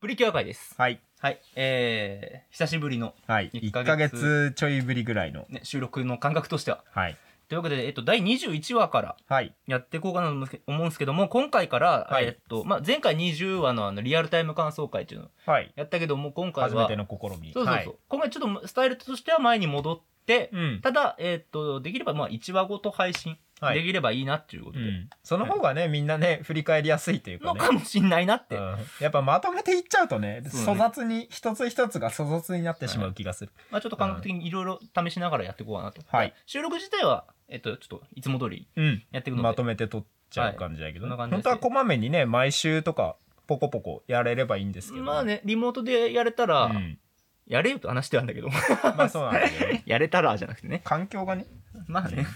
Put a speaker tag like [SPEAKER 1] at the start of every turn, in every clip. [SPEAKER 1] プリキュア会です。
[SPEAKER 2] はい。
[SPEAKER 1] はい。えー、久しぶりの、
[SPEAKER 2] はい。
[SPEAKER 1] 一
[SPEAKER 2] 1
[SPEAKER 1] ヶ
[SPEAKER 2] ヶ
[SPEAKER 1] 月
[SPEAKER 2] 月ちょいぶりぐらいの。
[SPEAKER 1] ね、収録の感覚としては。
[SPEAKER 2] はい。
[SPEAKER 1] というわけで、えっと、第21話から
[SPEAKER 2] はい。
[SPEAKER 1] やっていこうかなと思うんですけども、今回から、
[SPEAKER 2] はい
[SPEAKER 1] えっと、まあ、前回20話のあの、リアルタイム感想会っていうのを
[SPEAKER 2] はい。
[SPEAKER 1] やったけども、今回は、
[SPEAKER 2] 初めての試み。
[SPEAKER 1] そうそうそう。
[SPEAKER 2] はい。
[SPEAKER 1] 今回ちょっとスタイルとしては前に戻って、
[SPEAKER 2] うん。
[SPEAKER 1] ただ、えっと、できればまあ、1話ごと配信
[SPEAKER 2] はい
[SPEAKER 1] できればいいなっていうこと
[SPEAKER 2] う
[SPEAKER 1] で、
[SPEAKER 2] ん、その方がね、みんなね、振り返りやすいというか
[SPEAKER 1] の
[SPEAKER 2] ね。
[SPEAKER 1] かもしんないなって。
[SPEAKER 2] うんやっぱまとめていっちゃうとね、
[SPEAKER 1] そうだ
[SPEAKER 2] 粗
[SPEAKER 1] ね
[SPEAKER 2] 雑に、一つ一つが粗雑になってしまう気がする。
[SPEAKER 1] まあ、ちょっと感覚的にいろいろ試しながらやっていこうかなと。
[SPEAKER 2] はい
[SPEAKER 1] 収録自体は、えっと、ちょっと、いつも通り
[SPEAKER 2] うん。
[SPEAKER 1] やっていくので。
[SPEAKER 2] まとめて取っちゃう感じだけど、
[SPEAKER 1] はいそんな感じです
[SPEAKER 2] 本当はこまめにね、毎週とか、ポコポコやれればいいんですけど。
[SPEAKER 1] まあ。ね、リモートでやれたら、
[SPEAKER 2] うん。
[SPEAKER 1] やれよと話してはんだけど、
[SPEAKER 2] まあそうなんだけどね。
[SPEAKER 1] やれたらじゃなくてね。
[SPEAKER 2] 環境がね、
[SPEAKER 1] まあね、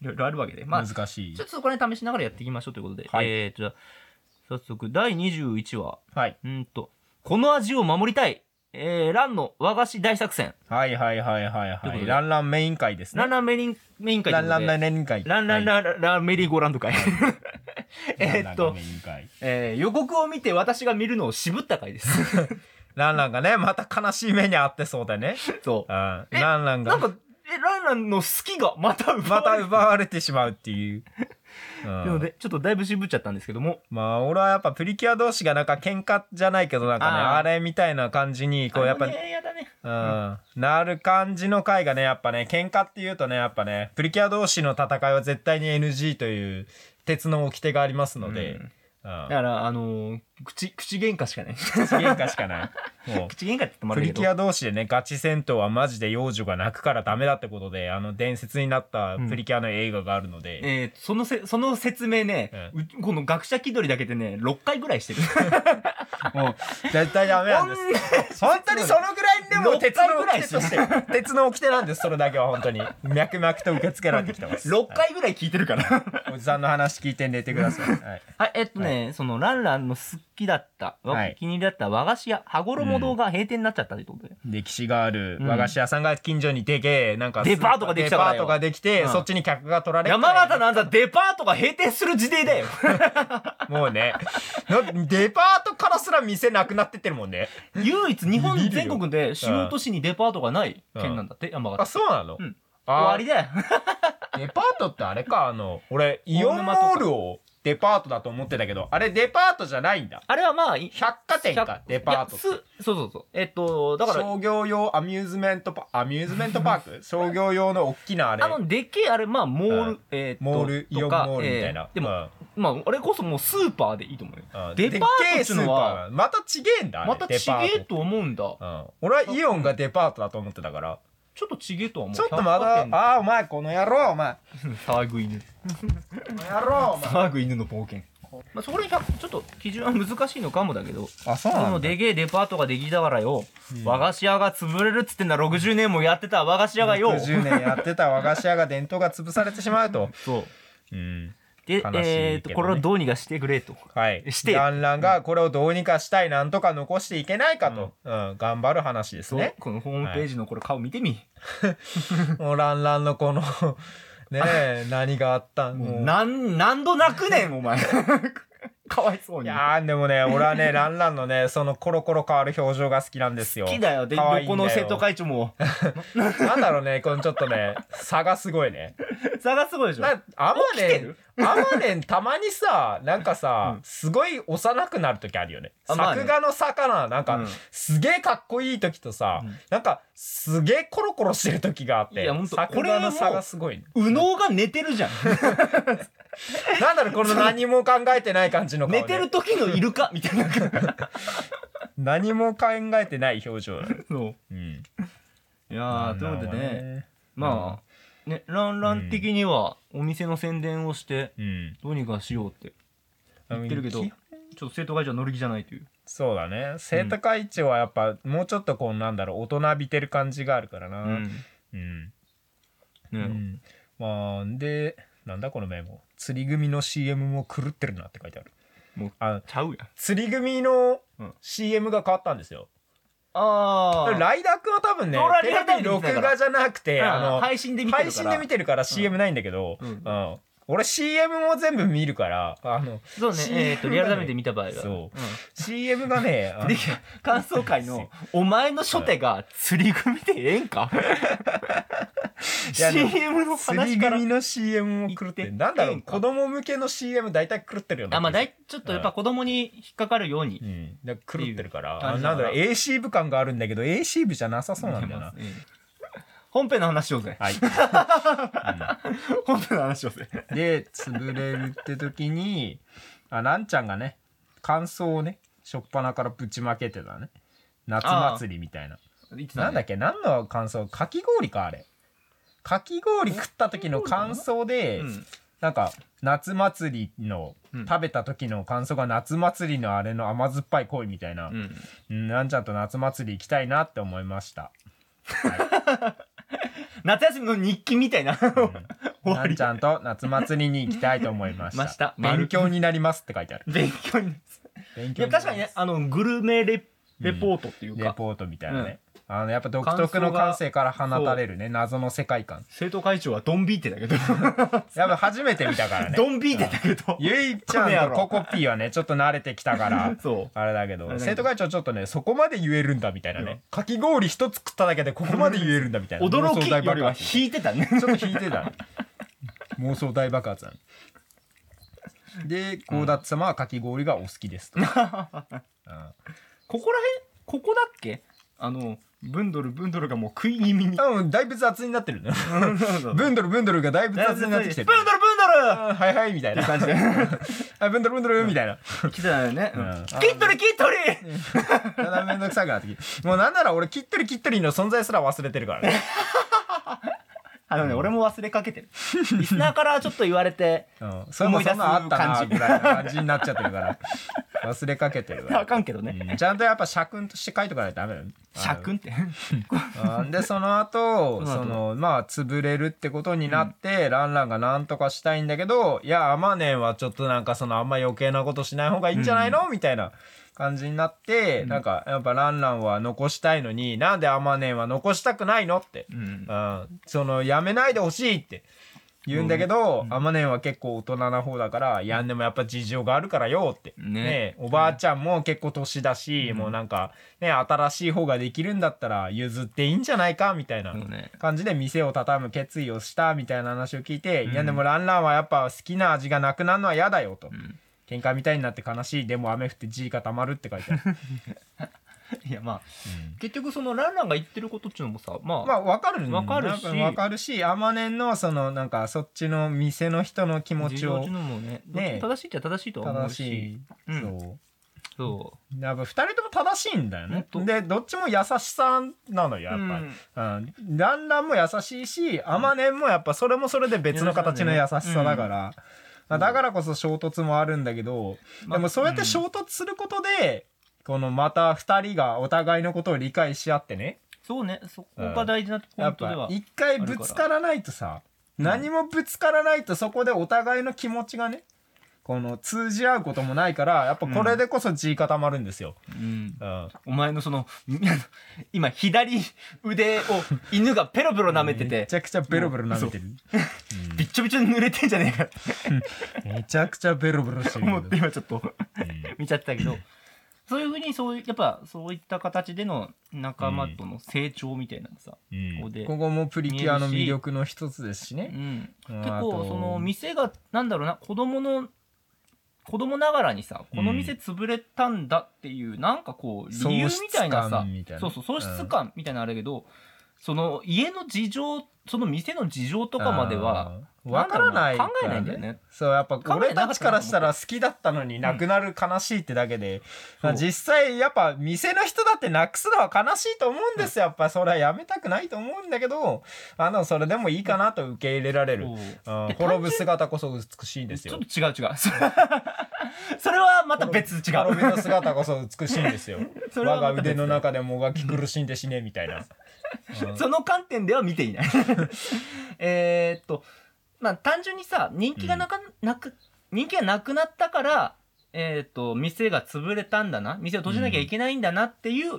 [SPEAKER 1] いろいろあるわけで。まあ、ちょ
[SPEAKER 2] 難しい
[SPEAKER 1] っ。とそこら辺試しながらやっていきましょうということで。
[SPEAKER 2] はい
[SPEAKER 1] えーと、じゃあ早速、第21話。
[SPEAKER 2] はい。
[SPEAKER 1] うんと、この味を守りたい。えー、ランの和菓子大作戦。
[SPEAKER 2] はいはいはいはい
[SPEAKER 1] という
[SPEAKER 2] は
[SPEAKER 1] こと
[SPEAKER 2] い。
[SPEAKER 1] で
[SPEAKER 2] ランランメイン会ですね。
[SPEAKER 1] ランランメリン、メイン会と
[SPEAKER 2] ラ
[SPEAKER 1] いう
[SPEAKER 2] ン
[SPEAKER 1] こ
[SPEAKER 2] ラ
[SPEAKER 1] と
[SPEAKER 2] ン
[SPEAKER 1] で
[SPEAKER 2] メイン会。
[SPEAKER 1] ランラン
[SPEAKER 2] ン。
[SPEAKER 1] ランランランメリーゴーランド会。えーっと
[SPEAKER 2] ランランがメ、イン会
[SPEAKER 1] えー予告を見て私が見るのを渋った回です。
[SPEAKER 2] ランランがね、また悲しい目に遭ってそ うでね。
[SPEAKER 1] そ
[SPEAKER 2] うん。ランラン
[SPEAKER 1] う。な
[SPEAKER 2] が
[SPEAKER 1] ん、か、え、ランランの好きがまた奪
[SPEAKER 2] ま
[SPEAKER 1] わ
[SPEAKER 2] た
[SPEAKER 1] れる。
[SPEAKER 2] 奪われてしまうっていう。うん
[SPEAKER 1] なので、ちょっとだいぶ渋っちゃったんですけども、
[SPEAKER 2] まあ、俺はやっぱプリキュア同士がなんか喧嘩じゃないけどなんかね、
[SPEAKER 1] あー
[SPEAKER 2] あれみたいな感じに、こうやっぱ、
[SPEAKER 1] あのねやだね。
[SPEAKER 2] うん、なる感じの回がね、やっぱね、喧嘩っていうとね、やっぱね、プリキュア同士の戦いは絶対に NG という鉄の掟がありますので、
[SPEAKER 1] う
[SPEAKER 2] うんん、
[SPEAKER 1] だから、あのー口、口喧嘩しかない。
[SPEAKER 2] 口喧嘩しかない。も う
[SPEAKER 1] 口喧嘩って言ってもあ
[SPEAKER 2] プ
[SPEAKER 1] れ
[SPEAKER 2] リ
[SPEAKER 1] だけ
[SPEAKER 2] キ
[SPEAKER 1] ど
[SPEAKER 2] ュア同士でね、ガチ戦闘はマジで幼女が泣くからダメだってことで、あの伝説になったプリキュアの映画があるので、
[SPEAKER 1] えーそのせ、その説明ね、うこの学者気取りだけでね、6回ぐらいしてる。
[SPEAKER 2] もう絶対ダメなんです。本当にそのぐらいでも鉄の掟としてる 鉄の掟なんですそれだけは本当に脈々と受け付けられてき てます
[SPEAKER 1] 6回ぐらい聞いてるから。
[SPEAKER 2] はいおじさんの話聞いて寝てください、はい、
[SPEAKER 1] はい、えっとね、その、ランランの好きだった、お
[SPEAKER 2] はい
[SPEAKER 1] 気に入りだった和菓子屋、羽衣堂が閉店になっちゃったということで。
[SPEAKER 2] 歴史がある
[SPEAKER 1] うん
[SPEAKER 2] 和菓子屋さんが近所にでけえなんか
[SPEAKER 1] デパートができたからよ
[SPEAKER 2] デパートができて、
[SPEAKER 1] うん
[SPEAKER 2] そっちに客が取られて
[SPEAKER 1] 山形なんざデパートが閉店する時代 だよ。
[SPEAKER 2] もう ねなデパートからすら店なくなってってるもんね
[SPEAKER 1] 唯一日本全国で主要都市にデパートがない県なんだって、山
[SPEAKER 2] あ
[SPEAKER 1] 形。
[SPEAKER 2] そうなの、
[SPEAKER 1] うん終
[SPEAKER 2] あ
[SPEAKER 1] わりだよ。
[SPEAKER 2] デパートってあれかあの俺イオンモールをデパートだと思ってたけどあれデパートじゃないんだ
[SPEAKER 1] あれはまあ、い
[SPEAKER 2] 百貨店かデパー
[SPEAKER 1] い
[SPEAKER 2] ト
[SPEAKER 1] や
[SPEAKER 2] って
[SPEAKER 1] すそうそうそう。えっと、だから、
[SPEAKER 2] 商業用アミューズメントパアミューズメントパーク商業用の大きなあれ
[SPEAKER 1] あの、でっけえ、あれ、まあ、モール、
[SPEAKER 2] うん
[SPEAKER 1] えーっと
[SPEAKER 2] モールイオン
[SPEAKER 1] と
[SPEAKER 2] モ
[SPEAKER 1] か
[SPEAKER 2] ールみたいな、
[SPEAKER 1] えーでも、まあ、あれこそもうスーパーでいいと思うよ。
[SPEAKER 2] うんうん
[SPEAKER 1] デパートっちゅうのは
[SPEAKER 2] でっけえスーパーがまたちげえんだあれ
[SPEAKER 1] また
[SPEAKER 2] デ
[SPEAKER 1] ち
[SPEAKER 2] パ
[SPEAKER 1] げえ
[SPEAKER 2] ート
[SPEAKER 1] と思うんだ。
[SPEAKER 2] うん、俺はイオンがデパートだと思ってたから
[SPEAKER 1] ちょっとちげえとは思う。
[SPEAKER 2] ちょっとまだ
[SPEAKER 1] 百貨
[SPEAKER 2] ああお前この野郎お前
[SPEAKER 1] 店の騒ぐ犬。
[SPEAKER 2] この野郎お前
[SPEAKER 1] 騒ぐ犬の冒険。まあ、そこら辺100ちょっと基準は難しいのかもだけど、
[SPEAKER 2] あそう
[SPEAKER 1] で
[SPEAKER 2] な
[SPEAKER 1] も
[SPEAKER 2] んだ
[SPEAKER 1] でげえデパートができたからよ、
[SPEAKER 2] うん
[SPEAKER 1] 和菓子屋が潰れるっつってんだ60年もやってた和菓子屋がよ。
[SPEAKER 2] 60年やってた和菓子屋が伝統が潰されてしまうと
[SPEAKER 1] そう。
[SPEAKER 2] うん
[SPEAKER 1] で、
[SPEAKER 2] 悲しいけどね
[SPEAKER 1] えーっと、これをどうにかしてくれと。
[SPEAKER 2] はい
[SPEAKER 1] して
[SPEAKER 2] ランランがこれをどうにかしたいなんとか残していけないかと、うん頑張る話です
[SPEAKER 1] そう
[SPEAKER 2] ね。
[SPEAKER 1] このホームページのこれ顔見てみ。
[SPEAKER 2] もうランランのこ のねえ何があったん
[SPEAKER 1] もうなん、何度泣くねん、お前。 かわいそう
[SPEAKER 2] い
[SPEAKER 1] に。
[SPEAKER 2] やーでもね俺はねランランのねそのコロコロ変わる表情が好きなんですよ
[SPEAKER 1] 好きだよ。で、
[SPEAKER 2] 可愛いんだ
[SPEAKER 1] 横の生徒会長 も。
[SPEAKER 2] なんだろうねこのちょっとね差がすごいね
[SPEAKER 1] 差がすごいでしょ。
[SPEAKER 2] なアマ
[SPEAKER 1] 起きて
[SPEAKER 2] ネン
[SPEAKER 1] る
[SPEAKER 2] アマネンたまにさなんかさ、
[SPEAKER 1] うん
[SPEAKER 2] すごい幼くなる時あるよね
[SPEAKER 1] あまあね
[SPEAKER 2] 作画の魚なんか、
[SPEAKER 1] うん
[SPEAKER 2] すげえかっこいい時とさ、
[SPEAKER 1] うん
[SPEAKER 2] なんかすげえコロコロしてる時があって
[SPEAKER 1] いやほんと
[SPEAKER 2] 作画の差がすごいね
[SPEAKER 1] 右脳が寝てるじゃん。
[SPEAKER 2] なんだろうこの何も考えてない感じの顔、ね、
[SPEAKER 1] 寝てる時のイルカみたいな。
[SPEAKER 2] 何も考えてない表情だね
[SPEAKER 1] そう。
[SPEAKER 2] うん
[SPEAKER 1] いやー、ということでね、ま
[SPEAKER 2] ま
[SPEAKER 1] あ、ね、ランラン的にはお店の宣伝をして、
[SPEAKER 2] うん
[SPEAKER 1] どうにかしようって言ってるけど、ちょっと生徒会長は乗る気じゃないという。
[SPEAKER 2] そうだね生徒会長はやっぱもうちょっとこうなんだろう大人びてる感じがあるから
[SPEAKER 1] う
[SPEAKER 2] なうん、
[SPEAKER 1] ん。
[SPEAKER 2] う
[SPEAKER 1] ね
[SPEAKER 2] んまあでなんだこのメモ釣り組の CM も狂ってるなって書いてある
[SPEAKER 1] もう
[SPEAKER 2] あ
[SPEAKER 1] ちゃうやん。
[SPEAKER 2] 釣り組の
[SPEAKER 1] うん
[SPEAKER 2] CM が変わったんですよ、
[SPEAKER 1] あー。
[SPEAKER 2] ライダーくんは多分ね
[SPEAKER 1] 俺は
[SPEAKER 2] テ
[SPEAKER 1] リアルタイ
[SPEAKER 2] レ
[SPEAKER 1] ム
[SPEAKER 2] ビ
[SPEAKER 1] で見てた
[SPEAKER 2] 録
[SPEAKER 1] から
[SPEAKER 2] 画じゃなくて、
[SPEAKER 1] うん
[SPEAKER 2] あの
[SPEAKER 1] 配信で見てる
[SPEAKER 2] 配
[SPEAKER 1] か
[SPEAKER 2] 信で
[SPEAKER 1] ら
[SPEAKER 2] 見。てるから CM ないんだけど、
[SPEAKER 1] うん
[SPEAKER 2] うん俺 CM も全部見るからあの
[SPEAKER 1] そうね
[SPEAKER 2] CM
[SPEAKER 1] えっとリアルタイムで見た場合は
[SPEAKER 2] そ
[SPEAKER 1] ん
[SPEAKER 2] CM がねあの
[SPEAKER 1] で感想会の「 お前の初手が釣り組でええんか?」
[SPEAKER 2] いやでも
[SPEAKER 1] CM の
[SPEAKER 2] 釣り
[SPEAKER 1] 話から
[SPEAKER 2] 組の CM を狂って
[SPEAKER 1] 言って
[SPEAKER 2] なんだろ
[SPEAKER 1] いいん
[SPEAKER 2] う
[SPEAKER 1] か
[SPEAKER 2] 子供向けの CM 大体狂ってるよね
[SPEAKER 1] あまあだいちょっとやっぱ子供に引っかかるように
[SPEAKER 2] うん、だから狂ってるから
[SPEAKER 1] っていう
[SPEAKER 2] あなんだろう AC 部感があるんだけど AC 部じゃなさそうなんだよな
[SPEAKER 1] 見てますうん本編の話しようぜ
[SPEAKER 2] はい、
[SPEAKER 1] 本編の話しよ うぜ
[SPEAKER 2] うんで潰れるって時にあランちゃんがね感想をねしょっぱなからぶちまけてたね夏祭りみたいななんだっ
[SPEAKER 1] け
[SPEAKER 2] け何の感想かき氷かあれかき氷食った時の感想で、なんか夏祭りの
[SPEAKER 1] うん
[SPEAKER 2] 食べた時の感想が夏祭りのあれの甘酸っぱい恋みたいな、うん、なんちゃんと夏祭り行きたいなって思いま した、
[SPEAKER 1] 夏休みの日記みたい な
[SPEAKER 2] う
[SPEAKER 1] 終
[SPEAKER 2] ん
[SPEAKER 1] わ
[SPEAKER 2] なん
[SPEAKER 1] り
[SPEAKER 2] ちゃんと夏祭りに行きたいと思いました。
[SPEAKER 1] ました
[SPEAKER 2] 勉強になりますって書いてある。
[SPEAKER 1] 勉強に
[SPEAKER 2] 勉
[SPEAKER 1] い
[SPEAKER 2] 強
[SPEAKER 1] や確かにねあのグルメレレポートっていう
[SPEAKER 2] レ
[SPEAKER 1] か
[SPEAKER 2] ポートみたいなね。あのやっぱ独特の感性から放たれるね謎の世界観。
[SPEAKER 1] 生徒会長はドンビーテだけど
[SPEAKER 2] やっぱ初めて見た からね。
[SPEAKER 1] ドンビーテだけど
[SPEAKER 2] ゆいちゃんとココピーはねちょっと慣れてきたから。
[SPEAKER 1] そう
[SPEAKER 2] あれだけど
[SPEAKER 1] あれだけ
[SPEAKER 2] 生
[SPEAKER 1] ど
[SPEAKER 2] 徒会長ちょっとねそこまで言えるんだみたいな
[SPEAKER 1] うん
[SPEAKER 2] ねかき氷一つ食っただけでここまで言えるんだみたいな
[SPEAKER 1] 驚
[SPEAKER 2] 妄
[SPEAKER 1] き
[SPEAKER 2] 想大
[SPEAKER 1] より
[SPEAKER 2] 爆
[SPEAKER 1] は
[SPEAKER 2] 発
[SPEAKER 1] 引いてたね
[SPEAKER 2] ちょっと引いてたね妄想大爆発だねで高達様はかき氷がお好きですと、うん
[SPEAKER 1] ここら辺ここだっけあのブンドルブンドルがもう食い気味 に
[SPEAKER 2] 多分だいぶ雑になってるね。
[SPEAKER 1] ブンドルブン
[SPEAKER 2] ブンドルブンドルがだいぶ雑になってきて
[SPEAKER 1] ドル
[SPEAKER 2] る。
[SPEAKER 1] ブンドル
[SPEAKER 2] あはいはいみたいな感じで。あブンドルブンドルみたいな。
[SPEAKER 1] 来てたよね、
[SPEAKER 2] うん
[SPEAKER 1] キットリキットリ
[SPEAKER 2] だんだんめんどくさくなってきて。もうなんなら俺キットリキットリの存在すら忘れてるからね。
[SPEAKER 1] あのね、俺も忘れかけ てるリスナーからちょっと言われて
[SPEAKER 2] うん。それもそんなあったな
[SPEAKER 1] 思い出
[SPEAKER 2] ぐ
[SPEAKER 1] す感じ
[SPEAKER 2] らいの感じになっちゃってるから。忘れかけてるか
[SPEAKER 1] あ
[SPEAKER 2] ら。
[SPEAKER 1] かんけど ね、
[SPEAKER 2] うんちゃんとやっぱ社訓として書いとかないとダメだよ。
[SPEAKER 1] 社訓って
[SPEAKER 2] あでその後
[SPEAKER 1] その後
[SPEAKER 2] そのまあ潰れるってことになって、ランランがなんとかしたいんだけどいやアマネンはちょっとなんかそのあんま余計なことしない方がいいんじゃないの、みたいな感じになって、なんかやっぱランランは残したいのになんでアマネンは残したくないのって、
[SPEAKER 1] うん
[SPEAKER 2] うんそのやめないでほしいって言うんだけど、アマネンは結構大人な方だから、いやでもやっぱ事情があるからよって、
[SPEAKER 1] ね
[SPEAKER 2] ねおばあちゃんも結構年だし、もうなんかね新しい方ができるんだったら譲っていいんじゃないかみたいな
[SPEAKER 1] そうね
[SPEAKER 2] 感じで店を畳む決意をしたみたいな話を聞いて、いやでもランランはやっぱ好きな味がなくなるのは嫌だよと。喧嘩みたいになって悲しいでも雨降って地固まるって書いてある
[SPEAKER 1] いやまあ、結局そのランランが言ってることっちゅうのもさまあ、
[SPEAKER 2] まあわかるんだ
[SPEAKER 1] わかるし
[SPEAKER 2] なんわかるしあまねんのそのなんかそっちの店の人の気持ち
[SPEAKER 1] 自
[SPEAKER 2] を
[SPEAKER 1] 分のもね
[SPEAKER 2] ね
[SPEAKER 1] 正しいっちゃ正しいとは思
[SPEAKER 2] 正
[SPEAKER 1] うし
[SPEAKER 2] しい、
[SPEAKER 1] うん
[SPEAKER 2] そう
[SPEAKER 1] そう
[SPEAKER 2] やっぱ2人とも正しいんだよね
[SPEAKER 1] ほんと
[SPEAKER 2] でどっちも優しさなのよやっぱり、うんランランも優しいしあまねんもやっぱそれもそれで別の形の優しさだから、まあだからこそ衝突もあるんだけど、
[SPEAKER 1] まあ
[SPEAKER 2] でもそうやって衝突することで、このまた2人がお互いのことを理解し合ってね
[SPEAKER 1] そうねそこが大事なポイ
[SPEAKER 2] や
[SPEAKER 1] ン
[SPEAKER 2] っ
[SPEAKER 1] トで
[SPEAKER 2] ぱ
[SPEAKER 1] は
[SPEAKER 2] 一回ぶつからないとさ何もぶつからないとそこでお互いの気持ちがねこの通じ合うこともないからやっぱこれでこそ地固まるんですよ。
[SPEAKER 1] うん
[SPEAKER 2] うん
[SPEAKER 1] お前のそ の、今、左腕を犬がペロペロ舐めて
[SPEAKER 2] め
[SPEAKER 1] て
[SPEAKER 2] ち、ゃくちゃベロベロ舐めてる。
[SPEAKER 1] びっちょびちょに濡れてんじゃねえか って
[SPEAKER 2] めちゃくちゃベロベロしてる けど
[SPEAKER 1] 思って、今ちょっと見ちゃったけど、そういうふうに、そういう、やっぱ、そういった形での仲間との成長みたいなのさ、ここで
[SPEAKER 2] ここもプリキュアの魅力の一つですし
[SPEAKER 1] う
[SPEAKER 2] ね。
[SPEAKER 1] ん。
[SPEAKER 2] うん
[SPEAKER 1] 結
[SPEAKER 2] あ
[SPEAKER 1] 構、
[SPEAKER 2] と
[SPEAKER 1] その、店が、なんだろうな、子供の、子供ながらにさ、この店潰れたんだっていう、なんかこう、理由みたいなさ
[SPEAKER 2] 喪失感みたい、な
[SPEAKER 1] そうそう、喪失感みたいなのあれだけど、その、家の事情、その店の事情とかまでは、
[SPEAKER 2] あーわからない
[SPEAKER 1] なんだろうな考えないんだよね。
[SPEAKER 2] そうやっぱ
[SPEAKER 1] えなかった
[SPEAKER 2] 俺たちからしたら好きだったのになくなる悲しいってだけで、まあ実際やっぱ店の人だってなくすのは悲しいと思うんですよやっぱそれはやめたくないと思うんだけどあのそれでもいいかなと受け入れられる、うん、
[SPEAKER 1] そう
[SPEAKER 2] 滅ぶ姿こそ美しいんです
[SPEAKER 1] ち
[SPEAKER 2] よ
[SPEAKER 1] ょっと違う 違う。それそれはまた別違
[SPEAKER 2] ハロ
[SPEAKER 1] う。
[SPEAKER 2] メの姿こそ美しいんですよ
[SPEAKER 1] それは
[SPEAKER 2] 我
[SPEAKER 1] また
[SPEAKER 2] が腕の中でもがき苦しんで死ねみたいな
[SPEAKER 1] その観点では見てい ない。えーっと、まあ単純にさ、人気がなか、なく、人気がなくなったから、えーっと、店が潰れたんだな、店を閉じなきゃいけないんだなっていう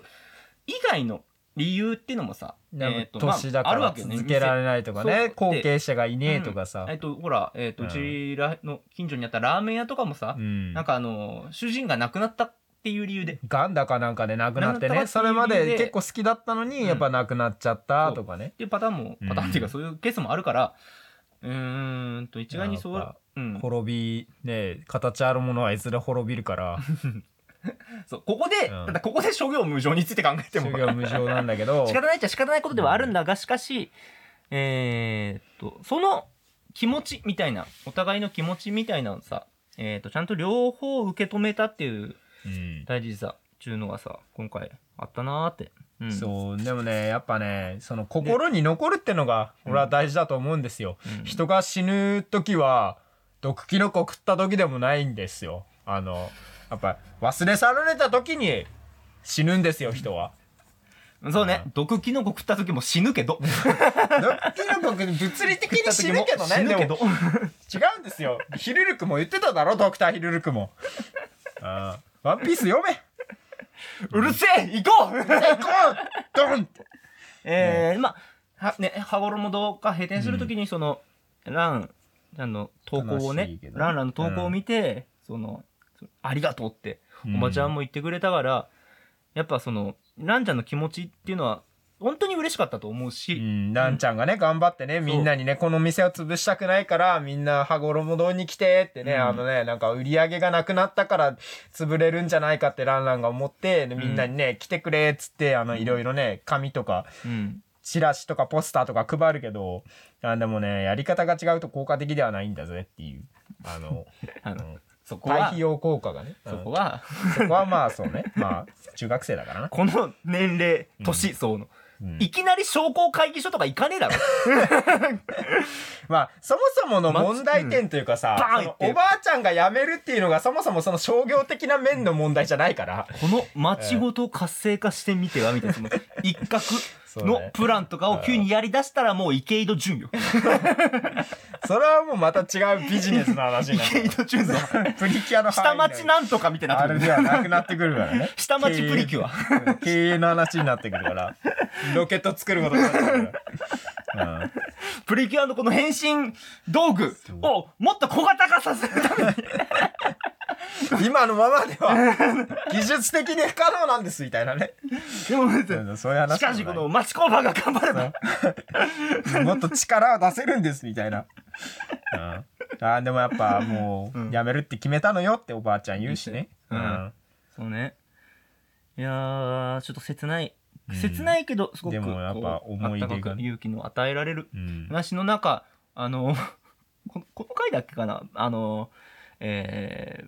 [SPEAKER 1] 以外の理由っていうのもさ、
[SPEAKER 2] なん
[SPEAKER 1] ー
[SPEAKER 2] か年だ
[SPEAKER 1] まあ
[SPEAKER 2] か
[SPEAKER 1] あるわ
[SPEAKER 2] ら
[SPEAKER 1] けよね
[SPEAKER 2] 続けられないとか
[SPEAKER 1] そうで
[SPEAKER 2] ね後継者がいねえとかさ
[SPEAKER 1] えっと、ほら、えっと、
[SPEAKER 2] う
[SPEAKER 1] うんちらの近所にあったラーメン屋とかもさ、
[SPEAKER 2] うん
[SPEAKER 1] なんかあの、主人が亡くなったっていう理由で、
[SPEAKER 2] ガンだかなんかで亡くなっ
[SPEAKER 1] 亡
[SPEAKER 2] て
[SPEAKER 1] くな
[SPEAKER 2] ね
[SPEAKER 1] ったか
[SPEAKER 2] そ
[SPEAKER 1] ってい
[SPEAKER 2] れ
[SPEAKER 1] う
[SPEAKER 2] ま
[SPEAKER 1] 理由
[SPEAKER 2] で
[SPEAKER 1] で
[SPEAKER 2] 結構好きだったのに
[SPEAKER 1] うん
[SPEAKER 2] やっぱ亡くなっちゃったとかね
[SPEAKER 1] っていうパターンも、パターンっていうか
[SPEAKER 2] うん
[SPEAKER 1] そういうケースもあるから、うーんと、一概にそ
[SPEAKER 2] やっ
[SPEAKER 1] う
[SPEAKER 2] ぱ、
[SPEAKER 1] うん、
[SPEAKER 2] 滅びね形あるものはいずれ滅びる から
[SPEAKER 1] そう、ここで、
[SPEAKER 2] うん
[SPEAKER 1] ただここで諸行無常について考えても
[SPEAKER 2] 修、行無常なんだけど
[SPEAKER 1] 仕方ないっちゃ仕方ないことではあるんだが、しかし、えーっと、その気持ちみたいな、お互いの気持ちみたいなのをさ、えーっと、ちゃんと両方受け止めたっていう
[SPEAKER 2] うん
[SPEAKER 1] 大事さ、ちゅうのがさ、今回あったなーって。うん、
[SPEAKER 2] そうでもねやっぱねその心に残るってのが
[SPEAKER 1] うん
[SPEAKER 2] 俺は大事だと思うんですよ
[SPEAKER 1] うん
[SPEAKER 2] 人が死ぬ時は毒キノコ食った時でもないんですよあのやっぱ忘れ去られた時に死ぬんですよ 人は
[SPEAKER 1] そうね、
[SPEAKER 2] うん
[SPEAKER 1] 毒キノコ食った時も死ぬけど。
[SPEAKER 2] 毒キノコ物理的に死ぬけ どね
[SPEAKER 1] 死ぬ
[SPEAKER 2] で
[SPEAKER 1] け
[SPEAKER 2] も
[SPEAKER 1] ど。
[SPEAKER 2] 違うんですよヒルルクも言ってただろドクターヒルルクもああワンピース読め
[SPEAKER 1] うるせえ行こう
[SPEAKER 2] 最高ドンって
[SPEAKER 1] えー、まあ、はね、羽衣どうか閉店するときに、その、ラン、あの、投稿を
[SPEAKER 2] 悲しい
[SPEAKER 1] ね
[SPEAKER 2] け、どね
[SPEAKER 1] ランランの投稿を見て、その、ありがとうって、おばちゃんも言ってくれたから、やっぱその、ランちゃんの気持ちっていうのは、本当に嬉しかったと思う
[SPEAKER 2] う
[SPEAKER 1] し、
[SPEAKER 2] ん、ランちゃんがね頑張ってねみんなにねこの店を潰したくないからみんな羽衣堂に来てってね、
[SPEAKER 1] うん
[SPEAKER 2] あのねなんか売り上げがなくなったから潰れるんじゃないかってランランが思ってでみんなにね、来てくれっつってあのいろいろね紙とか
[SPEAKER 1] うん。
[SPEAKER 2] チラシとかポスターとか配るけどあでもねやり方が違うと効果的ではないんだぜっていうあの
[SPEAKER 1] あ
[SPEAKER 2] う
[SPEAKER 1] の、
[SPEAKER 2] ん
[SPEAKER 1] そこ
[SPEAKER 2] 対
[SPEAKER 1] は
[SPEAKER 2] 比、用効果がね、うん
[SPEAKER 1] そこは、
[SPEAKER 2] そこはまあそう ねまあ中学生だからな、
[SPEAKER 1] この年齢
[SPEAKER 2] う、ん
[SPEAKER 1] 年層の、
[SPEAKER 2] うん
[SPEAKER 1] いきなり商工会議所とか行かねえだろ。
[SPEAKER 2] まあ、そもそもの問題点というかさ
[SPEAKER 1] ま、ずうんバーン
[SPEAKER 2] その
[SPEAKER 1] って
[SPEAKER 2] おばあちゃんが辞めるっていうのがそもそもその商業的な面の問題じゃな いから。
[SPEAKER 1] この町ごと活性化してみては、みたいな、 その、一角
[SPEAKER 2] そうね
[SPEAKER 1] のプランとかを急にやり出した ら、もう池井戸潤よ。
[SPEAKER 2] それはもうまた違うビジネスの話にな
[SPEAKER 1] 池井
[SPEAKER 2] る。
[SPEAKER 1] 戸潤の、
[SPEAKER 2] プリキュアの
[SPEAKER 1] 下
[SPEAKER 2] 範囲
[SPEAKER 1] 町なんとかみたいにな
[SPEAKER 2] あ
[SPEAKER 1] って
[SPEAKER 2] れ
[SPEAKER 1] く
[SPEAKER 2] で
[SPEAKER 1] る。。
[SPEAKER 2] はなくなってくるからね
[SPEAKER 1] 下町プリキュア。
[SPEAKER 2] ア。経営の話になってく るから。ロケット作ることになってくるから。うん
[SPEAKER 1] プリキュアのこの変身道具をもっと小型化させるために。
[SPEAKER 2] 今のままでは技術的に不可能なんですみたい なね。
[SPEAKER 1] でも待って
[SPEAKER 2] うんそういう話
[SPEAKER 1] しかしこ
[SPEAKER 2] も
[SPEAKER 1] の町工場が頑張れば。
[SPEAKER 2] ないもっと力を出せるんですみたいな。うんあーでもやっぱも
[SPEAKER 1] うん
[SPEAKER 2] うやめるって決めたのよっておばあちゃん言うしね。
[SPEAKER 1] うんそうね。いやー、ちょっと切ない。切ないけど、すごく
[SPEAKER 2] でもやっぱ
[SPEAKER 1] こう
[SPEAKER 2] 思い出が
[SPEAKER 1] あったかく勇気の与えられる
[SPEAKER 2] うん
[SPEAKER 1] 話の中、あの、 ここの回だっけかなあの、えー、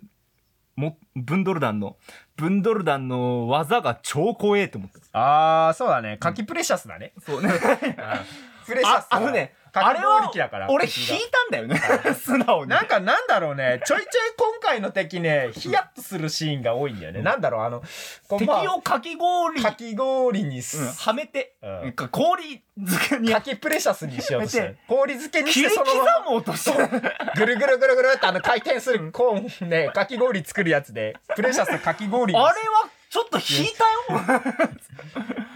[SPEAKER 1] もブンドル団のブンドル団の技が超怖えと思った
[SPEAKER 2] ああそうだね。柿プレシャスだね。
[SPEAKER 1] そうね
[SPEAKER 2] プレシャス
[SPEAKER 1] ああのねあ
[SPEAKER 2] 柿
[SPEAKER 1] れ
[SPEAKER 2] の
[SPEAKER 1] は
[SPEAKER 2] 力だから。
[SPEAKER 1] 俺
[SPEAKER 2] 柿
[SPEAKER 1] 引
[SPEAKER 2] が
[SPEAKER 1] いたんだよね 素直に
[SPEAKER 2] なんかなんだろうね、ちょいちょい今回の敵ね、ヒヤッとするシーンが多いんだよね。なんだろう、あの、こう
[SPEAKER 1] 敵
[SPEAKER 2] まあ
[SPEAKER 1] をかき氷に、
[SPEAKER 2] かき氷にす
[SPEAKER 1] うん、はめて、
[SPEAKER 2] うん
[SPEAKER 1] なんか氷漬けに
[SPEAKER 2] かきプレシャスにしようと してる氷漬けにし
[SPEAKER 1] 切
[SPEAKER 2] て
[SPEAKER 1] り
[SPEAKER 2] そ
[SPEAKER 1] 刻
[SPEAKER 2] のまま
[SPEAKER 1] もうとして
[SPEAKER 2] ぐるぐるぐるぐるってあの回転するコーンね、かき氷作るやつで、プレシャスかき氷
[SPEAKER 1] あれ
[SPEAKER 2] に
[SPEAKER 1] はちょっと引いたよ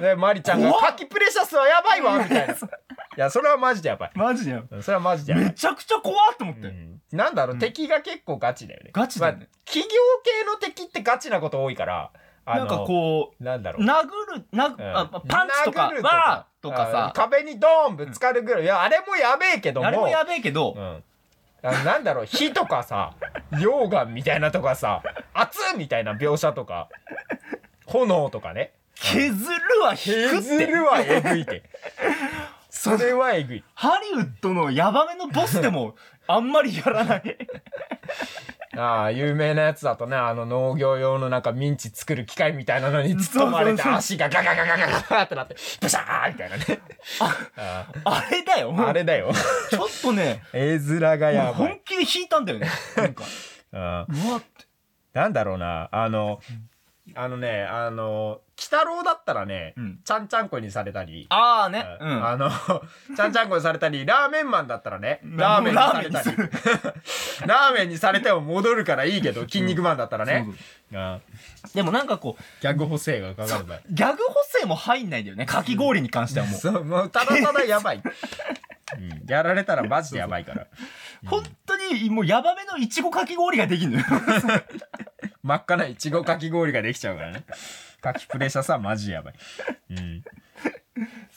[SPEAKER 2] で、マリちゃんが、
[SPEAKER 1] 怖っ
[SPEAKER 2] かきプレシャスはやばいわ みたいな。いや、それ はマジでやばい。
[SPEAKER 1] マジで
[SPEAKER 2] それはマジでやば
[SPEAKER 1] め
[SPEAKER 2] い。
[SPEAKER 1] ちゃくちゃ怖っと思って、
[SPEAKER 2] うんなんだろう、
[SPEAKER 1] ん
[SPEAKER 2] 敵が結構ガチだよね。
[SPEAKER 1] ガチだよ
[SPEAKER 2] ま
[SPEAKER 1] ね
[SPEAKER 2] あ、企業系の敵ってガチなこと多いから、あ
[SPEAKER 1] な
[SPEAKER 2] の、
[SPEAKER 1] んかこう
[SPEAKER 2] なんだろう。
[SPEAKER 1] 殴るな、
[SPEAKER 2] うん
[SPEAKER 1] あパンチとか
[SPEAKER 2] 殴る
[SPEAKER 1] わーとか
[SPEAKER 2] あ
[SPEAKER 1] さ
[SPEAKER 2] 壁にドーンぶつかるぐらい。いや、あれもやべえけども。
[SPEAKER 1] あれもやべえけど、
[SPEAKER 2] うん。あのなんだろう、火とかさ、溶岩みたいなとかさ、熱みたいな描写とか、炎とかね。
[SPEAKER 1] 削るは引くって
[SPEAKER 2] 削るはえぐいて。それはえぐい。
[SPEAKER 1] ハリウッドのヤバめのボスで もあんまりやらない
[SPEAKER 2] ああ、有名なやつだとね、あの農業用のなんかミンチ作る機械みたいなのに突っ込まれ
[SPEAKER 1] そうそ
[SPEAKER 2] て
[SPEAKER 1] うそう
[SPEAKER 2] 足がガガガガガガガってなって、ブシャーみたいなね。あ
[SPEAKER 1] あれだよ
[SPEAKER 2] ああれだよ。
[SPEAKER 1] ちょっとね
[SPEAKER 2] 絵面がやばい。
[SPEAKER 1] 本気で引いたんだよねなんか
[SPEAKER 2] うん
[SPEAKER 1] うわって
[SPEAKER 2] なんだろうな、あの、あのね、あの、鬼太郎だったらね
[SPEAKER 1] うん、
[SPEAKER 2] ちゃんちゃんこにされたり、
[SPEAKER 1] ああねうん
[SPEAKER 2] あの、 ちゃんちゃんこにされたり、ラーメンマンだったらね、ラーメンにされたり
[SPEAKER 1] ラーメンに、
[SPEAKER 2] ラーメンにされても戻るからいいけど、筋肉マンだったらね
[SPEAKER 1] そう、
[SPEAKER 2] うん
[SPEAKER 1] でもなんかこう
[SPEAKER 2] ギャグ補正がかかる場合。
[SPEAKER 1] ギャグ補性も入んないんだよねかき氷に関してはもう
[SPEAKER 2] そう もうただただ やばい、うんやられたらマジでやばいから
[SPEAKER 1] 本当にもうヤバめのいちごかき氷ができる のよ
[SPEAKER 2] 真っ赤ないちごかき氷ができちゃうからねかきプレッシャーさマジやばい、うん、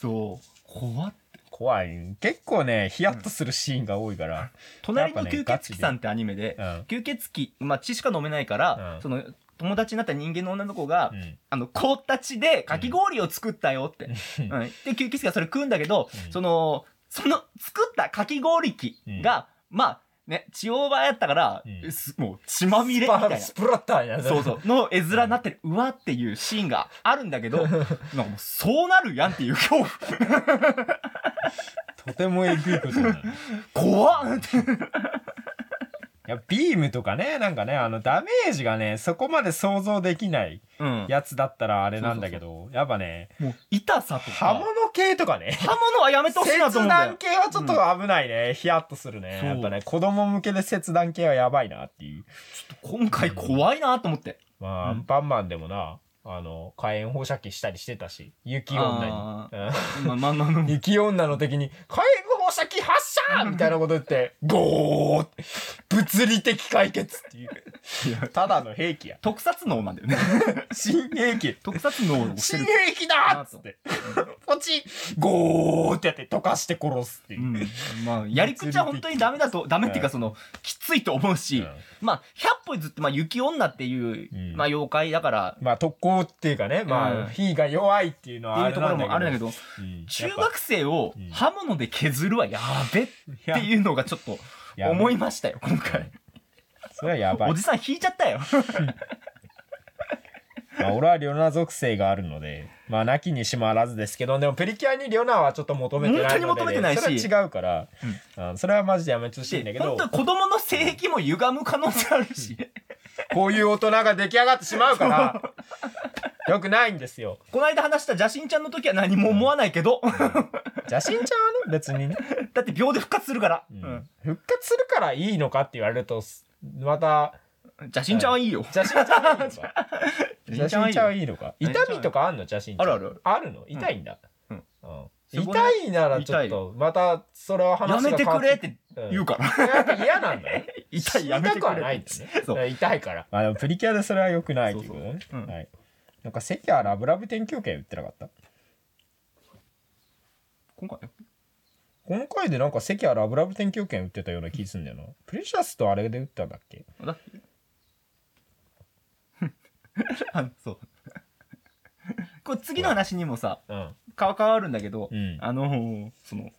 [SPEAKER 1] そう怖っ
[SPEAKER 2] 怖い結構ねヒヤッとするシーンが多いから、
[SPEAKER 1] 隣
[SPEAKER 2] やっ
[SPEAKER 1] の
[SPEAKER 2] ぱね
[SPEAKER 1] 吸血鬼さんってアニメで
[SPEAKER 2] うん
[SPEAKER 1] 吸血鬼、まあ、血しか飲めないから、
[SPEAKER 2] うん
[SPEAKER 1] その友達になった人間の女の子が、
[SPEAKER 2] うん
[SPEAKER 1] あの凍った血でかき氷を作ったよって、
[SPEAKER 2] うん
[SPEAKER 1] うんで吸血鬼がそれ食うんだけど、
[SPEAKER 2] うん
[SPEAKER 1] そのその作ったかき氷機が、まあね血オーバーやったから、
[SPEAKER 2] うん
[SPEAKER 1] すもう血まみれみたいな。
[SPEAKER 2] スプラッターや
[SPEAKER 1] そうそうの絵面になってるうわっていうシーンがあるんだけ どなんかもうそうなるやんっていう恐怖
[SPEAKER 2] とてもえぐいことなのい
[SPEAKER 1] 怖っって
[SPEAKER 2] やビームとかねなんかねあのダメージがねそこまで想像できない
[SPEAKER 1] うん
[SPEAKER 2] やつだったらあれなんだけどやっぱね
[SPEAKER 1] もう痛さとか
[SPEAKER 2] 刃物系とかね
[SPEAKER 1] 刃物はやめてほしいなと
[SPEAKER 2] 切
[SPEAKER 1] 思うんだよ
[SPEAKER 2] 断系はちょっと危ないね、ヒヤッとするね
[SPEAKER 1] そう
[SPEAKER 2] やっぱね子供向けで切断系はやばいなっていう
[SPEAKER 1] 今回怖いなと思って
[SPEAKER 2] まあ、ア
[SPEAKER 1] うん
[SPEAKER 2] ンパンマンでもなあの火炎放射器したりしてたし雪女
[SPEAKER 1] あ
[SPEAKER 2] にうん
[SPEAKER 1] まあまあまあま あ
[SPEAKER 2] 雪女の敵に火炎放射器発射みたいなこと言ってゴーって物理的解決っていうただの兵器や
[SPEAKER 1] 特撮能なんだよね
[SPEAKER 2] 新兵器
[SPEAKER 1] 特撮能をして
[SPEAKER 2] 新
[SPEAKER 1] る
[SPEAKER 2] 兵器だっつってポチゴーってやって溶かして殺すっていうう、
[SPEAKER 1] ん、まあやり口は本当にダメだとダメっていうかそのきついと思うし、
[SPEAKER 2] うん
[SPEAKER 1] まあ100歩譲って、まあ、雪女っていう、
[SPEAKER 2] うん
[SPEAKER 1] まあ、妖怪だから
[SPEAKER 2] まあ特攻っていうかね、ま
[SPEAKER 1] うん
[SPEAKER 2] あ火が弱いっていうの
[SPEAKER 1] って
[SPEAKER 2] はあ
[SPEAKER 1] いう
[SPEAKER 2] れ
[SPEAKER 1] とこ
[SPEAKER 2] な
[SPEAKER 1] ろ
[SPEAKER 2] んだけど
[SPEAKER 1] もあるんだけど
[SPEAKER 2] うん
[SPEAKER 1] 中
[SPEAKER 2] やっ
[SPEAKER 1] 学生を
[SPEAKER 2] うん
[SPEAKER 1] 刃物で削るはやべっ
[SPEAKER 2] ぱ
[SPEAKER 1] ていうのがちょっと
[SPEAKER 2] やや
[SPEAKER 1] 思いましたよ今回
[SPEAKER 2] それはやばい
[SPEAKER 1] おじさん引いちゃったよ
[SPEAKER 2] まあ、俺はリオナ属性があるので、まあ、なきにしもあらずですけど、でも、プリキュアにリオナはちょっと求めてないので、
[SPEAKER 1] 本当に求めてないし
[SPEAKER 2] それは違うから、うんそれはマジでやめてほしいんだけ
[SPEAKER 1] 本
[SPEAKER 2] ど
[SPEAKER 1] 当、に子供の性癖も歪む可能性あるし
[SPEAKER 2] こういう大人が出来上がってしま うから、よくないんですよ。
[SPEAKER 1] この間話した邪神ちゃんの時は何も思わないけど
[SPEAKER 2] 邪神ちゃんはね、別にね、
[SPEAKER 1] だって秒で復活するから、
[SPEAKER 2] う
[SPEAKER 1] うんん
[SPEAKER 2] 復活するからいいのかって言われると、また、
[SPEAKER 1] 邪神ちゃんはいいよ
[SPEAKER 2] 邪神ちゃんはいいのか
[SPEAKER 1] 邪
[SPEAKER 2] 邪
[SPEAKER 1] 神
[SPEAKER 2] 神
[SPEAKER 1] ち
[SPEAKER 2] ち
[SPEAKER 1] ゃんは
[SPEAKER 2] ゃんはいいいのか
[SPEAKER 1] 邪神
[SPEAKER 2] 痛
[SPEAKER 1] ちゃんはいい
[SPEAKER 2] みとかあんの邪神ちゃん。
[SPEAKER 1] あるある。
[SPEAKER 2] あるの痛いんだ。
[SPEAKER 1] うん
[SPEAKER 2] うん
[SPEAKER 1] そこね
[SPEAKER 2] 痛いならちょっと、また、それは話が
[SPEAKER 1] やめて
[SPEAKER 2] 変わ
[SPEAKER 1] くれっ
[SPEAKER 2] き
[SPEAKER 1] て
[SPEAKER 2] うん
[SPEAKER 1] 言うから、
[SPEAKER 2] やっぱ嫌なん だよ。
[SPEAKER 1] 痛いやめて
[SPEAKER 2] 死にた
[SPEAKER 1] く
[SPEAKER 2] くは
[SPEAKER 1] れ
[SPEAKER 2] ない
[SPEAKER 1] っ
[SPEAKER 2] ん
[SPEAKER 1] て
[SPEAKER 2] だね。
[SPEAKER 1] そう
[SPEAKER 2] だから痛いから。あでもプリキュアでそれは良くないっていうことね。
[SPEAKER 1] そうそううん
[SPEAKER 2] はい。なんか関はラブラブ天狂犬言ってなかった。
[SPEAKER 1] 今回
[SPEAKER 2] この回でなんか関はラブラブ天狂犬売ってたような気すんだよな。プレシャスとあれで打ったんだっけ
[SPEAKER 1] だってあのそうこれ次の話にもさ
[SPEAKER 2] うん。
[SPEAKER 1] か変わるんだけど、
[SPEAKER 2] うん
[SPEAKER 1] あのーその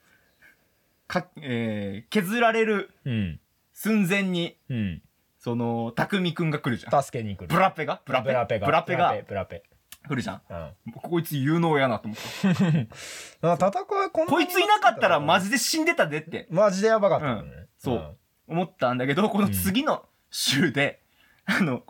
[SPEAKER 1] か、えー削られる
[SPEAKER 2] うん。
[SPEAKER 1] 寸前に
[SPEAKER 2] うん。
[SPEAKER 1] その匠くんが来るじゃん
[SPEAKER 2] 助けに来る。
[SPEAKER 1] ブラペがブラペ
[SPEAKER 2] ブラペが。
[SPEAKER 1] ブラペが
[SPEAKER 2] ブラペ。
[SPEAKER 1] 来るじゃん
[SPEAKER 2] ブラペ
[SPEAKER 1] こいつ有能やなと思った
[SPEAKER 2] うん。なんか戦いこん
[SPEAKER 1] こいついなかったらマ
[SPEAKER 2] ジ。
[SPEAKER 1] ジで死んでたでって
[SPEAKER 2] マジでやばかったよね。
[SPEAKER 1] うんそう思ったんだけどこの次の週で、あの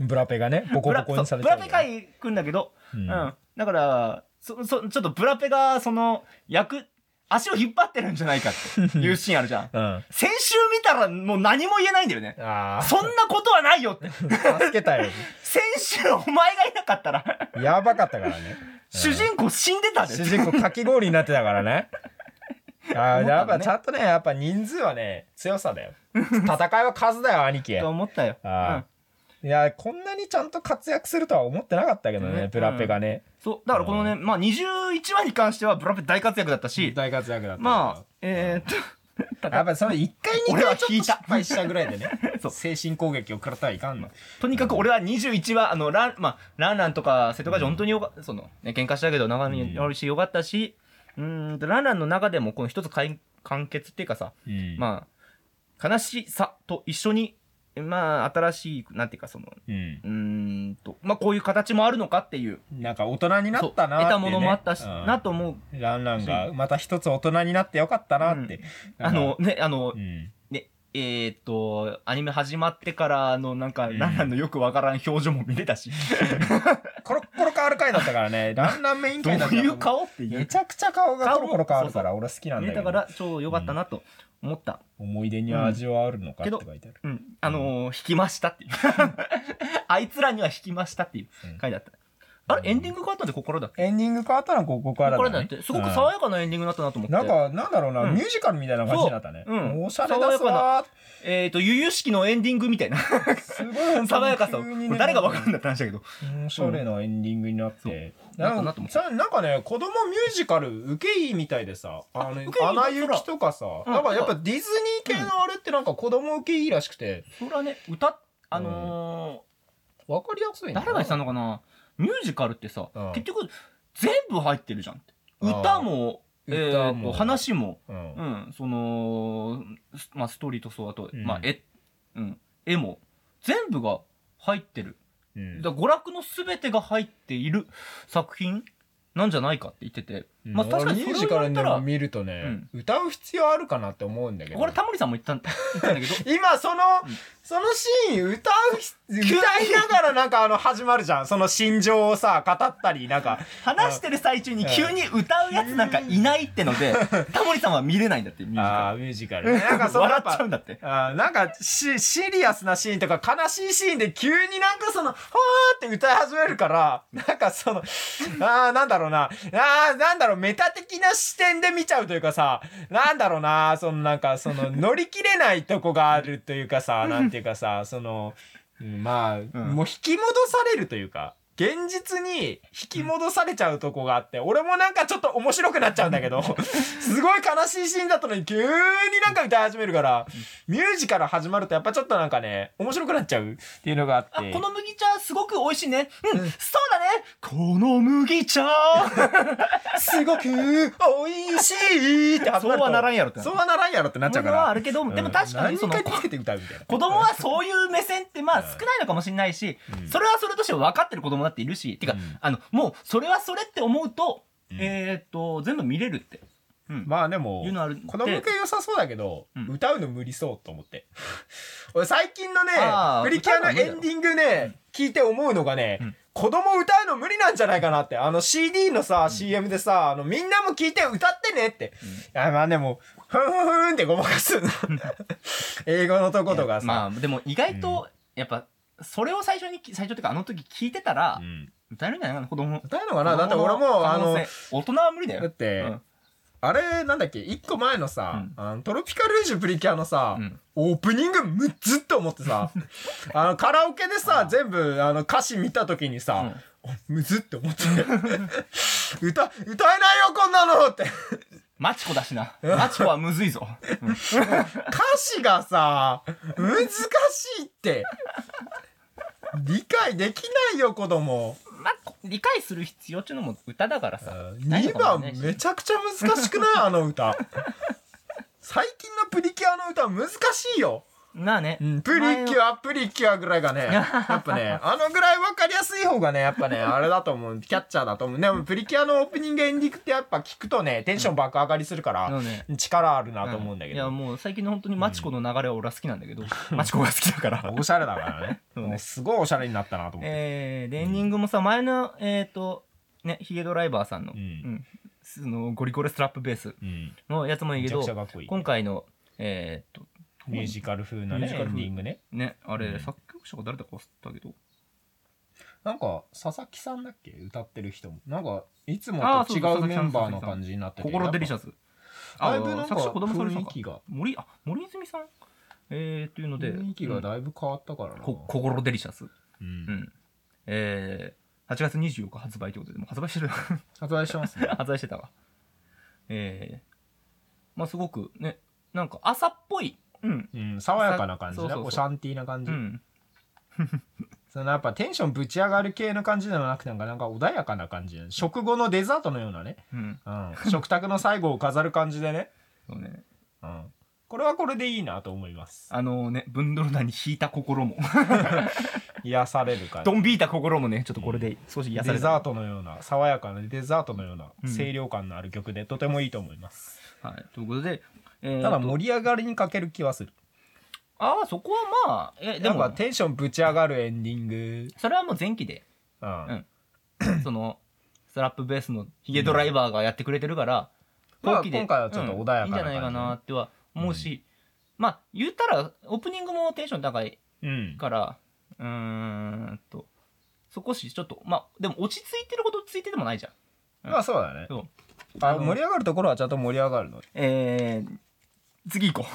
[SPEAKER 2] うん。ブラペがね、ボコ
[SPEAKER 1] ブ
[SPEAKER 2] ボ
[SPEAKER 1] ラ
[SPEAKER 2] コに
[SPEAKER 1] そ
[SPEAKER 2] さ
[SPEAKER 1] う
[SPEAKER 2] れ
[SPEAKER 1] ブ
[SPEAKER 2] ちゃ
[SPEAKER 1] ラ
[SPEAKER 2] うよ
[SPEAKER 1] ペ
[SPEAKER 2] ね。
[SPEAKER 1] 会来んだけど、
[SPEAKER 2] う
[SPEAKER 1] うん
[SPEAKER 2] ん。
[SPEAKER 1] だからそそちょっとブラペがその役足を引っ張ってるんじゃないかっていうシーンあるじゃ ん
[SPEAKER 2] うん。
[SPEAKER 1] 先週見たらもう何も言えないんだよね
[SPEAKER 2] ああ。
[SPEAKER 1] そんなことはないよ って
[SPEAKER 2] 助けたよ。
[SPEAKER 1] 先週お前がいなかったら
[SPEAKER 2] やばかったからね。
[SPEAKER 1] 主人公死んでたで
[SPEAKER 2] 主人公かき氷になってたから ね。あー
[SPEAKER 1] 思ったのね
[SPEAKER 2] やっぱちゃんとねやっぱ人数はね強さ だよ戦いは数だよ兄貴
[SPEAKER 1] と
[SPEAKER 2] あ
[SPEAKER 1] 思ったよ、うん
[SPEAKER 2] ー、いやこんなにちゃんと活躍するとは思ってなかったけどね、
[SPEAKER 1] ね
[SPEAKER 2] ブラペがね、
[SPEAKER 1] そうだからこのね、まあ、21話に関してはブラペ大活躍だったし
[SPEAKER 2] 大活躍だった
[SPEAKER 1] まあえー、っと
[SPEAKER 2] あやっぱその1回2
[SPEAKER 1] 俺は
[SPEAKER 2] 回ちょっと
[SPEAKER 1] 引い
[SPEAKER 2] 失
[SPEAKER 1] た
[SPEAKER 2] 敗したぐらいでね
[SPEAKER 1] そう
[SPEAKER 2] 精神攻撃を食らったらいかんの
[SPEAKER 1] とにかく俺は21話、あの、ラン、まあ、ランランとか瀬戸カジ本当によかその、ね、喧嘩したけど仲によるしよかったし、うーんと、ランランの中でもこの一つ完完結っていうかさ、
[SPEAKER 2] うん
[SPEAKER 1] まあ、悲しさと一緒に、まあ、新しい、なんていうかその、
[SPEAKER 2] うん
[SPEAKER 1] うーんと、まあ、こういう形もあるのかっていう、
[SPEAKER 2] なんか大人にな
[SPEAKER 1] そう
[SPEAKER 2] ったな
[SPEAKER 1] 得
[SPEAKER 2] ーって
[SPEAKER 1] たも
[SPEAKER 2] いうね
[SPEAKER 1] のもあったし、
[SPEAKER 2] うん
[SPEAKER 1] なと思う。
[SPEAKER 2] ランランがまた一つ大人になってよかったなって、
[SPEAKER 1] あの、ね、あの
[SPEAKER 2] う、ん
[SPEAKER 1] ね、えーっと、アニメ始まってからの、なんか、
[SPEAKER 2] ん
[SPEAKER 1] ランランのよくわからん表情も見れた し、
[SPEAKER 2] コロッコロ変わる回だったか らねランランメイン
[SPEAKER 1] どう
[SPEAKER 2] 回だったから
[SPEAKER 1] いう顔っていう
[SPEAKER 2] め。ちゃくちゃ顔がコロコロ変わるから俺好きなん
[SPEAKER 1] 見
[SPEAKER 2] だ
[SPEAKER 1] え
[SPEAKER 2] け
[SPEAKER 1] たか
[SPEAKER 2] ど
[SPEAKER 1] ら超良かったなと思った。
[SPEAKER 2] 思い出に味はあるのか
[SPEAKER 1] け
[SPEAKER 2] って
[SPEAKER 1] ど
[SPEAKER 2] 書いてある
[SPEAKER 1] うん。 あのー引きましたっていう。あいつらには引きましたっていう回だった。あれエンディング変わったんでここからだっけ
[SPEAKER 2] エンディング変わったのはここから
[SPEAKER 1] ここ
[SPEAKER 2] だ
[SPEAKER 1] からだっ
[SPEAKER 2] ね
[SPEAKER 1] てすごく爽やかなエンディングになったなと思って、
[SPEAKER 2] なんかなんだろうな、
[SPEAKER 1] うん
[SPEAKER 2] ミュージカルみたいな感じになったね、
[SPEAKER 1] そううん
[SPEAKER 2] おしゃれださ
[SPEAKER 1] えっ、と悠々しきのエンディングみたいな
[SPEAKER 2] すごい本当に
[SPEAKER 1] 爽やかさを、
[SPEAKER 2] 急にね
[SPEAKER 1] これ誰が分かるんだって話だけど
[SPEAKER 2] おしゃれなエンディングになって、
[SPEAKER 1] うん
[SPEAKER 2] なんか
[SPEAKER 1] なったなっ
[SPEAKER 2] さなんかね子供ミュージカル受けいいみたいでさ「あの
[SPEAKER 1] 受けいい
[SPEAKER 2] アナ雪」とかさ、
[SPEAKER 1] うん
[SPEAKER 2] なんかやっぱディズニー系のあれってなんか子供受けいいらしくて
[SPEAKER 1] それはね歌あの
[SPEAKER 2] わかりやす
[SPEAKER 1] ー
[SPEAKER 2] いね
[SPEAKER 1] 誰が言ってたのかなミュージカルってさ、
[SPEAKER 2] うん
[SPEAKER 1] 結局全部入ってるじゃんって
[SPEAKER 2] あー
[SPEAKER 1] 歌もえーと
[SPEAKER 2] 歌も
[SPEAKER 1] 話も、
[SPEAKER 2] うん
[SPEAKER 1] う、ん、その、すまあ、ストーリーとそうあと、
[SPEAKER 2] うん
[SPEAKER 1] まあ絵うん、絵も全部が入ってる
[SPEAKER 2] うん
[SPEAKER 1] だから娯楽の全てが入っている作品なんじゃないかって言ってて、まあ、
[SPEAKER 2] うん
[SPEAKER 1] 確かに
[SPEAKER 2] 俺
[SPEAKER 1] そ
[SPEAKER 2] ミュー
[SPEAKER 1] れ
[SPEAKER 2] ジ
[SPEAKER 1] を
[SPEAKER 2] カル
[SPEAKER 1] 言った
[SPEAKER 2] で
[SPEAKER 1] ら、
[SPEAKER 2] も見るとね、
[SPEAKER 1] うん
[SPEAKER 2] 歌う必要あるかなって思うんだけど
[SPEAKER 1] これタモリさんも言ったん言ったん だけど
[SPEAKER 2] 今その、
[SPEAKER 1] うん
[SPEAKER 2] そのシーン歌うひ歌いながらなんかあの始まるじゃんその心情をさ語ったりなんか
[SPEAKER 1] 話してる最中に急に歌うやつなんかいないっての でタモリさんは見れないんだってミュージ
[SPEAKER 2] あ
[SPEAKER 1] カ
[SPEAKER 2] ーミュージカ
[SPEAKER 1] ル
[SPEAKER 2] ルねなんかそのや
[SPEAKER 1] 笑
[SPEAKER 2] っ
[SPEAKER 1] っちゃ
[SPEAKER 2] ぱ
[SPEAKER 1] うんだって
[SPEAKER 2] あーなんかシシリアスなシーンとか悲しいシーンで急になんかその「はー」って歌い始めるからなんかそのあーなんだろうなあーなんだろうメタ的な視点で見ちゃうというかさなんだろうなそのなんかその乗り切れないとこがあるというかさなんていうかさそのうんまあ、もう引き戻されるというか。現実に引き戻されちゃうとこがあって、俺もなんかちょっと面白くなっちゃうんだ けど、すごい悲しいシーンだったのに急になんか歌い始めるから、ミュージカル始まるとやっぱちょっとなんかね、面白くなっちゃうっていうのがあ
[SPEAKER 1] あ
[SPEAKER 2] って。
[SPEAKER 1] この麦茶すごく美味しいねうんそうだねこの麦茶
[SPEAKER 2] すごく美味しいって始まると
[SPEAKER 1] そうはならんやろってなる
[SPEAKER 2] そうはならんやろってなっちゃうか
[SPEAKER 1] ものは
[SPEAKER 2] ら。
[SPEAKER 1] あるけど
[SPEAKER 2] うん
[SPEAKER 1] でも確かにその
[SPEAKER 2] 何かにつけて歌うみたいな。
[SPEAKER 1] 子供はそういう目線ってまあ
[SPEAKER 2] うん
[SPEAKER 1] 少ないのかもしれないし、
[SPEAKER 2] うん
[SPEAKER 1] それはそれとして分かってる子供だっているし、てか
[SPEAKER 2] うん、
[SPEAKER 1] あの、もうそれはそれって思うと、
[SPEAKER 2] うん
[SPEAKER 1] えーっと、全部見れるって。うん。
[SPEAKER 2] まあでも
[SPEAKER 1] いうのあるんで
[SPEAKER 2] 子供向け良さそうだけど、
[SPEAKER 1] うん
[SPEAKER 2] 歌うの無理そうと思って 俺最近のね
[SPEAKER 1] あー
[SPEAKER 2] プリキュア
[SPEAKER 1] 歌う
[SPEAKER 2] の
[SPEAKER 1] の無理
[SPEAKER 2] エ
[SPEAKER 1] だろ
[SPEAKER 2] ンディングね聞いて思うのがね、
[SPEAKER 1] うん
[SPEAKER 2] 子供歌うの無理なんじゃないかなってあの CD のさ、CM でさあのみんなも聞いて歌ってねって、あまあでもふんふんふんってごまか す英語のとことかさ、
[SPEAKER 1] まあ、でも意外と、やっぱ、それを最初に、最初っていうかあの時聞いてたら
[SPEAKER 2] う、ん
[SPEAKER 1] 歌えるんじゃないかな、子供。
[SPEAKER 2] 歌うのかなだって俺もあ
[SPEAKER 1] 可能
[SPEAKER 2] の
[SPEAKER 1] 性大人は無理だよ。
[SPEAKER 2] だって、
[SPEAKER 1] うん
[SPEAKER 2] あれなんだっけ一個前のさ、
[SPEAKER 1] うん
[SPEAKER 2] あのトロピカルージュプリキュアのさ、
[SPEAKER 1] うん
[SPEAKER 2] オープニングむっずっと思っ てさあのカラオケでさ全部あの歌詞見た時にさ、むずって思って歌歌えないよこんなのって
[SPEAKER 1] マチコだしな。マチコはむずいぞ。うん
[SPEAKER 2] 歌詞がさ難しいって理解できないよ子供
[SPEAKER 1] まあ、こ理解する必要っていうのも歌だからさ。ないの
[SPEAKER 2] 2
[SPEAKER 1] か
[SPEAKER 2] 番
[SPEAKER 1] もしれないし
[SPEAKER 2] めちゃくちゃ難しくないあの歌最近のプリキュアの歌難しいよ
[SPEAKER 1] なあね。
[SPEAKER 2] うんプリキュア、プリキュアぐらいが ね、やっぱね、あのぐらい分かりやすい方がね、やっぱね、あれだと思う、キャッチャーだと思う。でも、プリキュアのオープニングエンディングってやっぱ聞くとね、テンション爆上がりするか
[SPEAKER 1] な
[SPEAKER 2] ら
[SPEAKER 1] の、ね
[SPEAKER 2] 力あるなと思うんだけ
[SPEAKER 1] いや
[SPEAKER 2] ど。
[SPEAKER 1] もう最近の本当にマチコの流れは俺は好きなん だけど、マチコが好きだから
[SPEAKER 2] おしゃれだからね。
[SPEAKER 1] そうね
[SPEAKER 2] もうすごいおしゃれになったなと思って。
[SPEAKER 1] えー、レンニングもさ前のえっ、とねヒゲドライバーさんの,、
[SPEAKER 2] う
[SPEAKER 1] うんんそのゴリゴリストラップベース
[SPEAKER 2] うん。
[SPEAKER 1] のやつもいい
[SPEAKER 2] め
[SPEAKER 1] け
[SPEAKER 2] ちゃ
[SPEAKER 1] ど
[SPEAKER 2] くちゃかっこいい。
[SPEAKER 1] 今回のえっ、と
[SPEAKER 2] ミュージカル風な
[SPEAKER 1] ミュ
[SPEAKER 2] ね、
[SPEAKER 1] ージ
[SPEAKER 2] エ
[SPEAKER 1] カル
[SPEAKER 2] ン
[SPEAKER 1] 風
[SPEAKER 2] ディングね。
[SPEAKER 1] ねあれ、
[SPEAKER 2] うん
[SPEAKER 1] 作曲者が誰だか忘れたけど
[SPEAKER 2] なんか、佐々木さんだっけ歌ってる人も。なんか、いつも
[SPEAKER 1] あーそ
[SPEAKER 2] と
[SPEAKER 1] う
[SPEAKER 2] 違
[SPEAKER 1] そう
[SPEAKER 2] うメンバーの感じになってて。
[SPEAKER 1] 心デリシ
[SPEAKER 2] ャ
[SPEAKER 1] ャスあ
[SPEAKER 2] だいぶなんか、
[SPEAKER 1] 作詞子供さん
[SPEAKER 2] 雰
[SPEAKER 1] さん
[SPEAKER 2] 囲
[SPEAKER 1] か
[SPEAKER 2] 気が、
[SPEAKER 1] 森あ森泉さんえー、というので
[SPEAKER 2] 雰囲気がだいぶ変わったから
[SPEAKER 1] うん
[SPEAKER 2] な。
[SPEAKER 1] こ心デリシャス
[SPEAKER 2] う
[SPEAKER 1] う
[SPEAKER 2] ん
[SPEAKER 1] んえー、8月24日発売ということでもう発売してる
[SPEAKER 2] 発売してますね。
[SPEAKER 1] 発売してたわ。 ええまあすごくね、なんか朝っぽい。うん。
[SPEAKER 2] うん、爽やかな感じ
[SPEAKER 1] そうそ
[SPEAKER 2] ね。
[SPEAKER 1] うそう
[SPEAKER 2] こうシャンティーな感
[SPEAKER 1] う
[SPEAKER 2] じ。
[SPEAKER 1] ん。
[SPEAKER 2] そのやっぱテンションぶち上がる系の感じではなくて、なんかなんか穏やかな感じ。食後のデザートのようなね。
[SPEAKER 1] うん。
[SPEAKER 2] うん。食卓の最後を飾る感じでね。
[SPEAKER 1] そうね。
[SPEAKER 2] うん。これはこれでいいなと思います。
[SPEAKER 1] あのね、ブンドルナに引いた心も、
[SPEAKER 2] 癒される感じ
[SPEAKER 1] ド。ンビいた心もね、ちょっとこれで少し癒さ
[SPEAKER 2] デ
[SPEAKER 1] れ
[SPEAKER 2] ザ
[SPEAKER 1] た。
[SPEAKER 2] ートのような、爽やかなデザートのような
[SPEAKER 1] うん
[SPEAKER 2] 清涼感のある曲でとてもいいと思います。
[SPEAKER 1] はい。ということで、えーと
[SPEAKER 2] ただ盛り上がりに欠ける気はする。
[SPEAKER 1] ああ、そこはまあ、え、で
[SPEAKER 2] やっぱ
[SPEAKER 1] も、
[SPEAKER 2] テンションぶち上がるエンディング。
[SPEAKER 1] それはもう前期 で、
[SPEAKER 2] うん。
[SPEAKER 1] その、ストラップベースのヒゲドライバーがやってくれてるから、
[SPEAKER 2] うん
[SPEAKER 1] 後期で
[SPEAKER 2] まあ今回はちょっと穏やかな
[SPEAKER 1] うんい
[SPEAKER 2] 感じ
[SPEAKER 1] いんじゃないかなっては思うし、まあ、言ったら、オープニングもテンション高い
[SPEAKER 2] うん。
[SPEAKER 1] からうーんとそこしちょっとまあでも落ち着いてるほどついてでもないじゃん
[SPEAKER 2] まあそうだね。
[SPEAKER 1] そう
[SPEAKER 2] あ
[SPEAKER 1] あの
[SPEAKER 2] 盛り上がるところはちゃんと盛り上がるの。
[SPEAKER 1] えー、次行こ